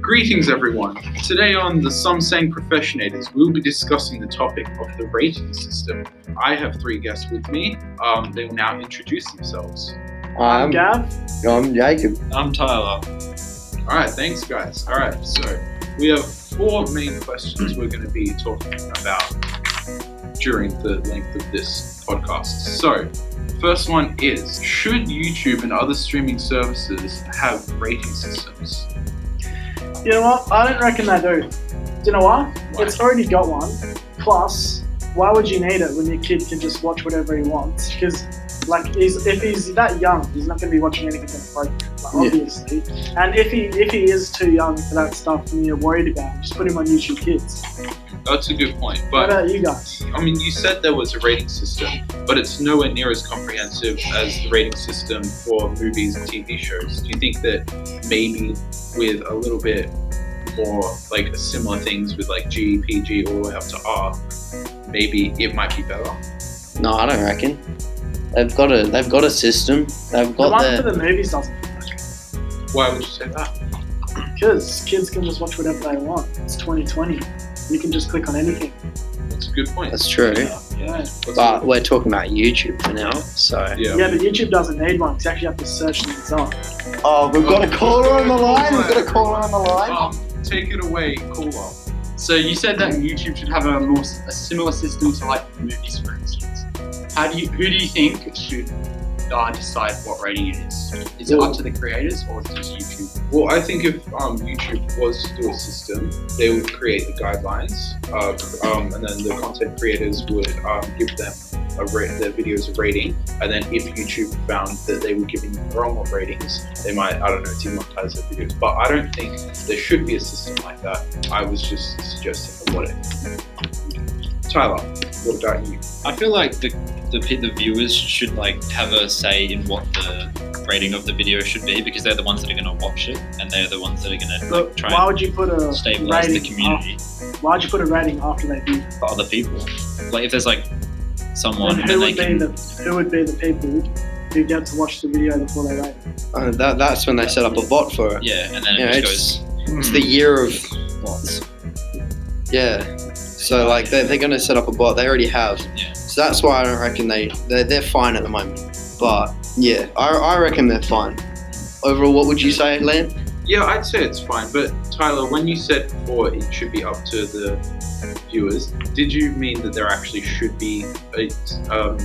Greetings, everyone. Today on the Some Sang Professionators, we will be discussing the topic of the rating system. I have three guests with me. Um, they will now introduce themselves. I'm, Gav? I'm Jacob. I'm Tyler. All right, thanks, guys. All right, so we have four main questions we're going to be talking about during the length of this podcast. So, first one is Should YouTube and other streaming services have rating systems? You know what? I don't reckon they do. Do you know why? It's already got one. Plus, why would you need it when your kid can just watch whatever he wants? Because, like, he's, if he's that young, he's not going to be watching anything that's broken, like, Yeah. obviously. And if he if he is too young for that stuff and you're worried about him, just put him on YouTube Kids. That's a good point. What But about you guys? I mean, you said there was a rating system, but it's nowhere near as comprehensive as the rating system for movies and TV shows. Do you think that maybe with a little bit more like similar things with like G, PG, all the way up to R, maybe it might be better? No, I don't reckon. They've got a they've got a system. They've The got one for their the movies doesn't. Why would you say that? Because kids can just watch whatever they want. It's 2020. You can just click on anything. That's a good point. that's true. Yeah. What's- But we're talking about YouTube for now, so yeah. Yeah, but YouTube doesn't need one because you actually have to search things up. Oh, we've got a caller on the line, we've got a caller on the line. Um, take it away, caller. So you said that YouTube should have a more a similar system to like movies, for instance. How do you who do you think should uh, decide what rating it is? Is it up to the creators or does YouTube? Well, I think if um, YouTube was to do a system, they would create the guidelines, uh, um, and then the content creators would um, give them a ra- their videos a rating. And then if YouTube found that they were giving the wrong ratings, they might, I don't know, demonetize their videos. But I don't think there should be a system like that. I was just suggesting a what if. Tyler, what about you? I feel like the, the pe- the viewers should like have a say in what the rating of the video should be because they're the ones that are going to watch it and they're the ones that are going But Try why and would you put a to stabilize rating the community af- why'd you put a rating after they view? for other people. Like if there's like And someone that who they would be can, the who would be the people who get to watch the video before they rate? it? Uh, that, that's when they set up a bot for it. yeah, and then Yeah, it it's- just It's the year of goes bots. yeah. So like they're, they're going to set up a bot. They already have. Yeah. So that's why I don't reckon they they're, they're fine at the moment. But yeah, I, I reckon they're fine. Overall, what would you say, Liam? Yeah, I'd say it's fine. But Tyler, when you said before it should be up to the uh, viewers, did you mean that there actually should be a, um,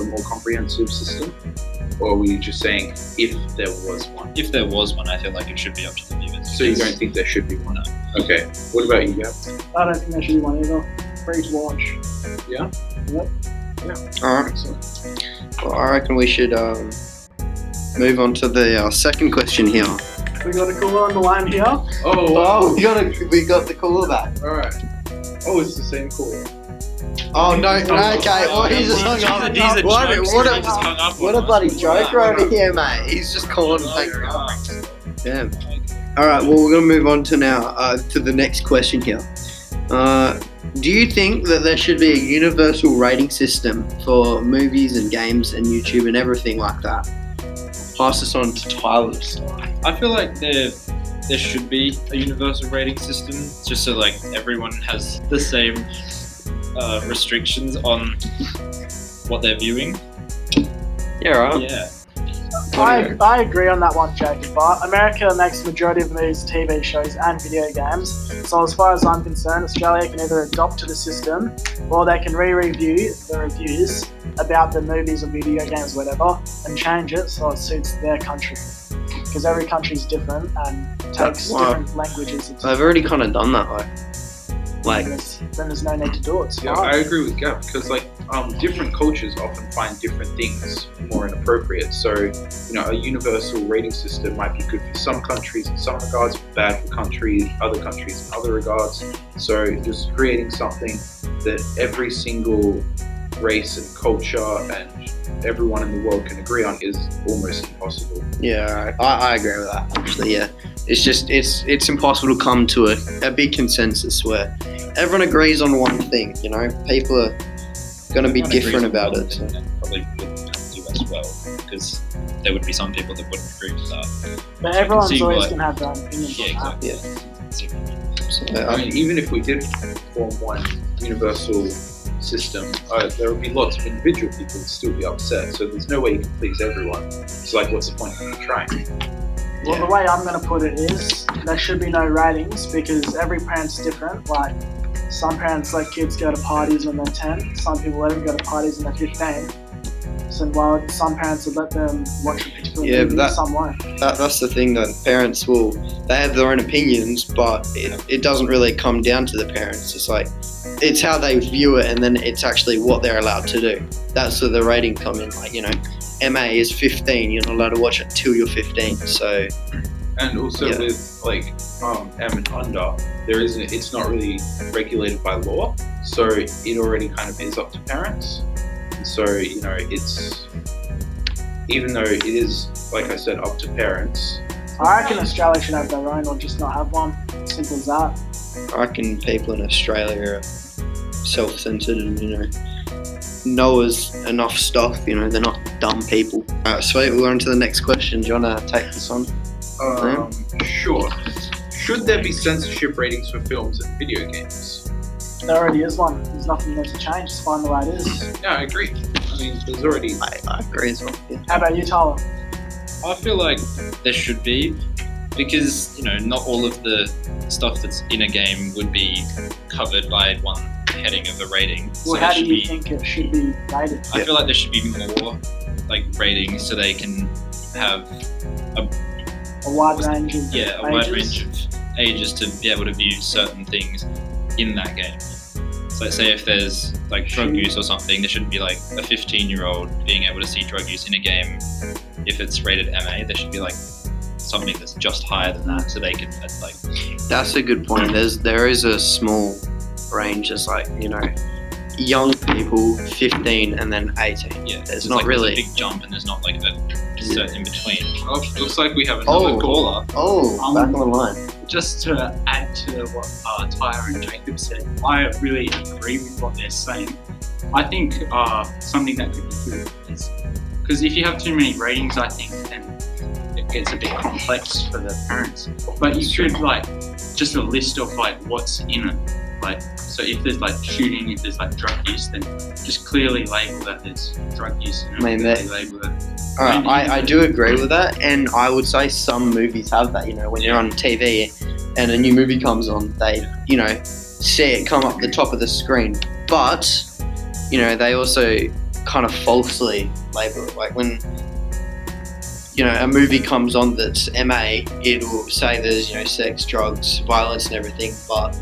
a more comprehensive system? Or were you just saying if there was one? If there was one, I feel like it should be up to the viewers. So you don't think there should be one? Okay. What about you, Gab? I don't think there should be one either. Free to watch. All right. Well, I reckon we should um, move on to the uh, second question here. We got a caller on the line here. Oh, wow. we got a, we got the call back. All right. Oh, it's the same call. Oh no! Okay, well he's just hung up. These are What a- jokes what a- that I just hung up What a on. bloody joker over here, mate! He's just calling. Oh, Like, you're right. damn. All right. Well, we're gonna move on to now uh, to the next question here. Uh, do you think that there should be a universal rating system for movies and games and YouTube and everything like that? Pass this on to Tyler. I feel like there there should be a universal rating system, just so like everyone has the same uh, restrictions on what they're viewing. Yeah, right. Yeah, I, I agree on that one, Jacob. But America makes the majority of these TV shows and video games. So as far as I'm concerned, Australia can either adopt to the system or they can re-review the reviews about the movies or video games, whatever, and change it so it suits their country. Because every country is different and takes That's why- different languages. And I've already kind of done that, like, like there's- then there's no need to do it. It's Yeah, fine. I agree with Gab because like um, different cultures often find different things more inappropriate. So you know, a universal rating system might be good for some countries in some regards, bad for countries, other countries in other regards. So just creating something that every single race and culture and everyone in the world can agree on is almost impossible. yeah, I, I agree with that. Actually, yeah, it's just it's it's impossible to come to a, a big consensus where everyone agrees on one thing. You know, people are gonna be Everyone different agrees about it. on one thing and Probably wouldn't have to as well, because there would be some people that wouldn't agree with that. But everyone's see always why- going to have their own opinions Yeah, on that. exactly. considering. it. So, I uh, mean, even if we did form one universal system, uh, there would be lots of individual people who'd still be upset. So there's no way you can please everyone. It's like, what's the point of trying? Well, the way I'm going to put it is there should be no ratings because every parent's different. Like, some parents let kids go to parties when they're 10, some people let them go to parties when they're 15. So, while some parents would let them watch a particular Yeah, but movie, that- some won't. that, that's the thing that parents will they have their own opinions but it, it doesn't really come down to the parents it's like it's how they view it and then it's actually what they're allowed to do that's where the rating come in like you know ma is 15 you're not allowed to watch it till you're 15 so And also Yeah. with like um, M and under, there isn't. It's not really regulated by law, so it already kind of is up to parents. So you know, it's even though it is, like I said, up to parents. I reckon Australia should have their own or just not have one. Simple as that. i reckon people in australia are self-centered and you know noah's enough stuff you know they're not dumb people all right sweet we're on to the next question do you want to take this on Um, sure. Should there be censorship ratings for films and video games? There already is one. There's nothing there to change. Just find the way it is. Yeah, I agree. I mean, there's already i, I agree as well yeah. How about you, Tyler? I feel like there should be because you know not all of the stuff that's in a game would be covered by one heading of a rating. So Well, there how do should you be- think it should be rated? I feel like there should be more like ratings so they can have A wide range of yeah a wide ages? range of ages to be able to view certain things in that game. So like, say if there's like drug use or something, there shouldn't be like a 15 year old being able to see drug use in a game. If it's rated MA, there should be like something that's just higher than that so they can uh, like That's a good point. There's there is a small range. It's like you know, young people, 15 and then 18. yeah. There's not like really- a big jump and there's not like a certain in between. Oh, looks like we have another Oh. caller. Oh, Um, back on the line. just to add to what uh, Tyra and Jacob said, I really agree with what they're saying. I think uh, something that could be good is because if you have too many ratings, I think then it gets a bit complex for the parents. But you could like just a list of like what's in it. Like so, if there's like shooting, if there's like drug use, then just clearly label that there's drug use and Mate, that- label that. All right, Uh, I, I do agree with that, and I would say some movies have that. You know, when you're on TV and a new movie comes on, they you know see it come up the top of the screen, but you know they also kind of falsely label it. Like when you know a movie comes on that's MA, it will say there's you know sex, drugs, violence, and everything. But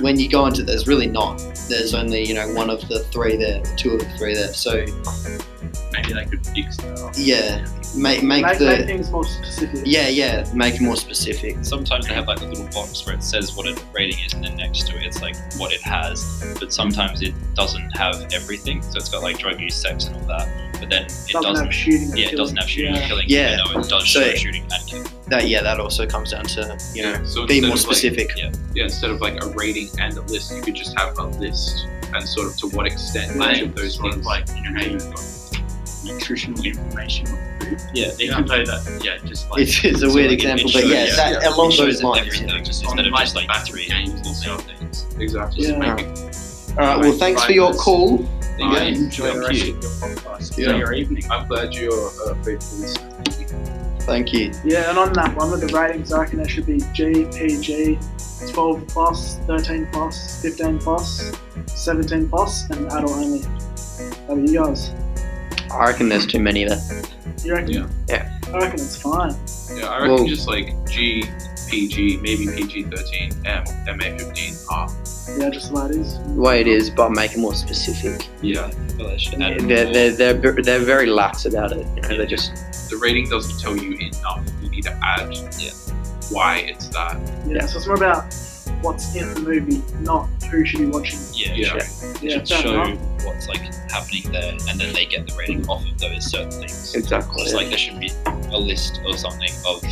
when you go into it, there's really not. There's only you know one of the three there, two of the three there. So Maybe they could fix that. Up. yeah, make make, Make, the make things more specific. yeah yeah make it more specific. Sometimes they have like a little box where it says what a rating is, and then next to it, it's like what it has. But sometimes it doesn't have everything, so it's got like drug use, sex, and all that. But then it doesn't, doesn't. have shooting. and yeah, it doesn't have shooting and Yeah. killing. Yeah. even though it does So- show shooting and killing. That yeah that also comes down to you know So be instead more of, like, specific. yeah, instead of like a rating and a list, you could just have a list and sort of to what extent I each of think those those ones things. like you know how you've got nutritional information on food. Yeah, They yeah. could do that. Yeah, just like it's, it's a so, weird like, it- example, it but shows- yeah, yeah, that, It along shows those that lines. everything, yeah. just on instead of like just like back three games or or something. things. Exactly. Yeah. Make it- All right, well thanks for your call. Yeah, I enjoy thank the rest you. of your podcast. Yeah. Enjoy your evening. I'm glad you're uh, faithful listener. Thank you. Yeah, and on that one with the ratings, I reckon there should be G, PG, 12 plus, 13 plus, 15 plus, 17 plus, and adult only. How about you guys? I reckon there's too many there. You reckon? Yeah. Yeah. I reckon it's fine. Yeah, I reckon Well- just like G, PG, maybe PG 13, M, MA 15, R. Yeah, just the way it is. The way it is, but make it more specific. Yeah. Well, they should They're add more. they're they're, ver- they're very lax about it. You know, they're just The rating doesn't tell you enough. You need to add Yeah. why it's that. Yeah, so it's more about what's in the movie, not who should be watching. Yeah. Yeah, They Yeah, should fair show enough. what's like happening there, and then they get the rating off of those certain things. exactly. It's like there should be a list or something of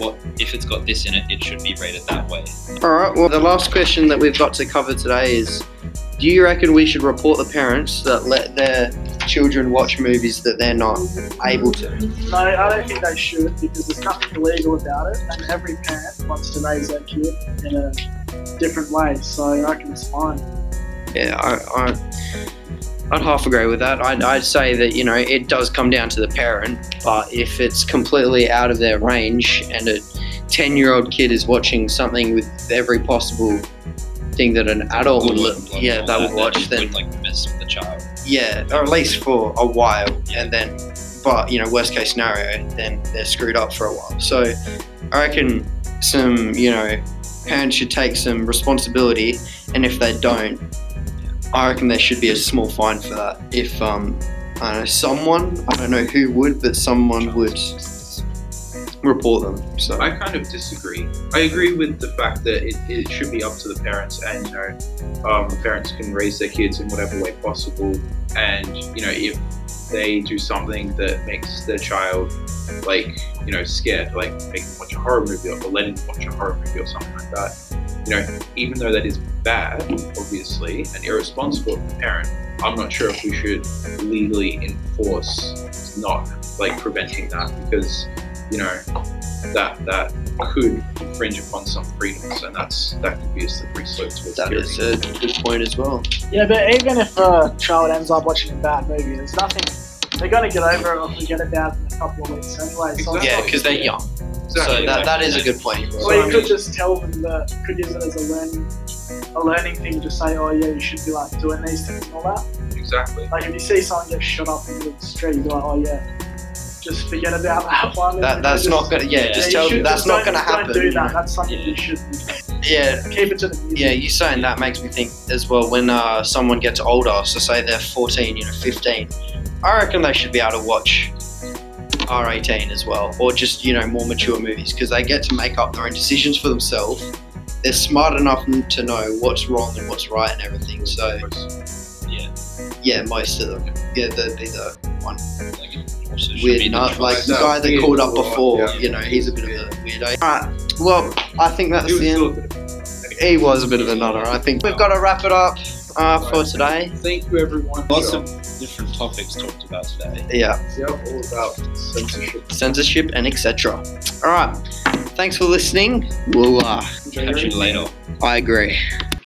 what if it's got this in it, it should be rated that way. All right. Well, the last question that we've got to cover today is: Do you reckon we should report the parents that let their children watch movies that they're not able to. No, I don't think they should because there's nothing illegal about it, and every parent wants to raise their kid in a different way. So I reckon it's fine. Yeah, I, I, I'd half agree with that. I'd, I'd say that, you know, it does come down to the parent, but if it's completely out of their range and a 10 year old kid is watching something with every possible thing that an adult would, look, Blood yeah, and that all would watch, just then would, like mess with the child. yeah, or at least for a while, and then, but you know, worst case scenario, then they're screwed up for a while. So, I reckon some, you know, parents should take some responsibility, and if they don't, I reckon there should be a small fine for that. If um, I don't know, someone, I don't know who would, but someone would report them. So, I kind of disagree. I agree with the fact that it, it should be up to the parents, and you know, um, parents can raise their kids in whatever way possible. And you know, if they do something that makes their child like you know scared, like make them watch a horror movie or letting them watch a horror movie or something like that, you know, even though that is bad, obviously, and irresponsible of the parent, I'm not sure if we should legally enforce not like preventing that because you know that that could infringe upon some freedoms, and that's that could be a slippery slope towards that tyranny. is a good point as well. Yeah, but even if a child ends up watching a bad movie, there's nothing. They're gonna get over it or forget about it in a couple of weeks anyway. So it's Exactly. Yeah, not- because they're young. Exactly. So that, that is a good point. Or you could just tell them that could use it as a learning, a learning thing to say, oh yeah, you should be like doing these things and all that. exactly. Like if you see someone get shot up in the street, you're like, oh yeah, just forget about that one. That, And that's just- not gonna. Yeah, yeah, just you tell them should- that's just not don't- gonna happen. Don't do you know. that. That's something Yeah. you shouldn't. do. Yeah, Keep it to the music. yeah. You saying that makes me think as well. When uh, someone gets older, so say they're fourteen, you know, fifteen, I reckon they should be able to watch R eighteen as well, or just you know more mature movies because they get to make up their own decisions for themselves. They're smart enough n- to know what's wrong and what's right and everything. So yeah, most of them. Yeah, they'd be the Like, it also should be weird the nut. child. Like the No, guy that weird called up nut, before, yeah. you know, he's a bit of a weirdo. Alright, well, I think that's He was the end. still a bit of- anyway. He was a bit of a nutter, I think. We've got to wrap it up uh, for today. Thank you, everyone. Lots of different topics talked about today. Yeah, Yep, all about censorship. censorship and etc. All right, thanks for listening. We'll, uh, Catch you later. I agree.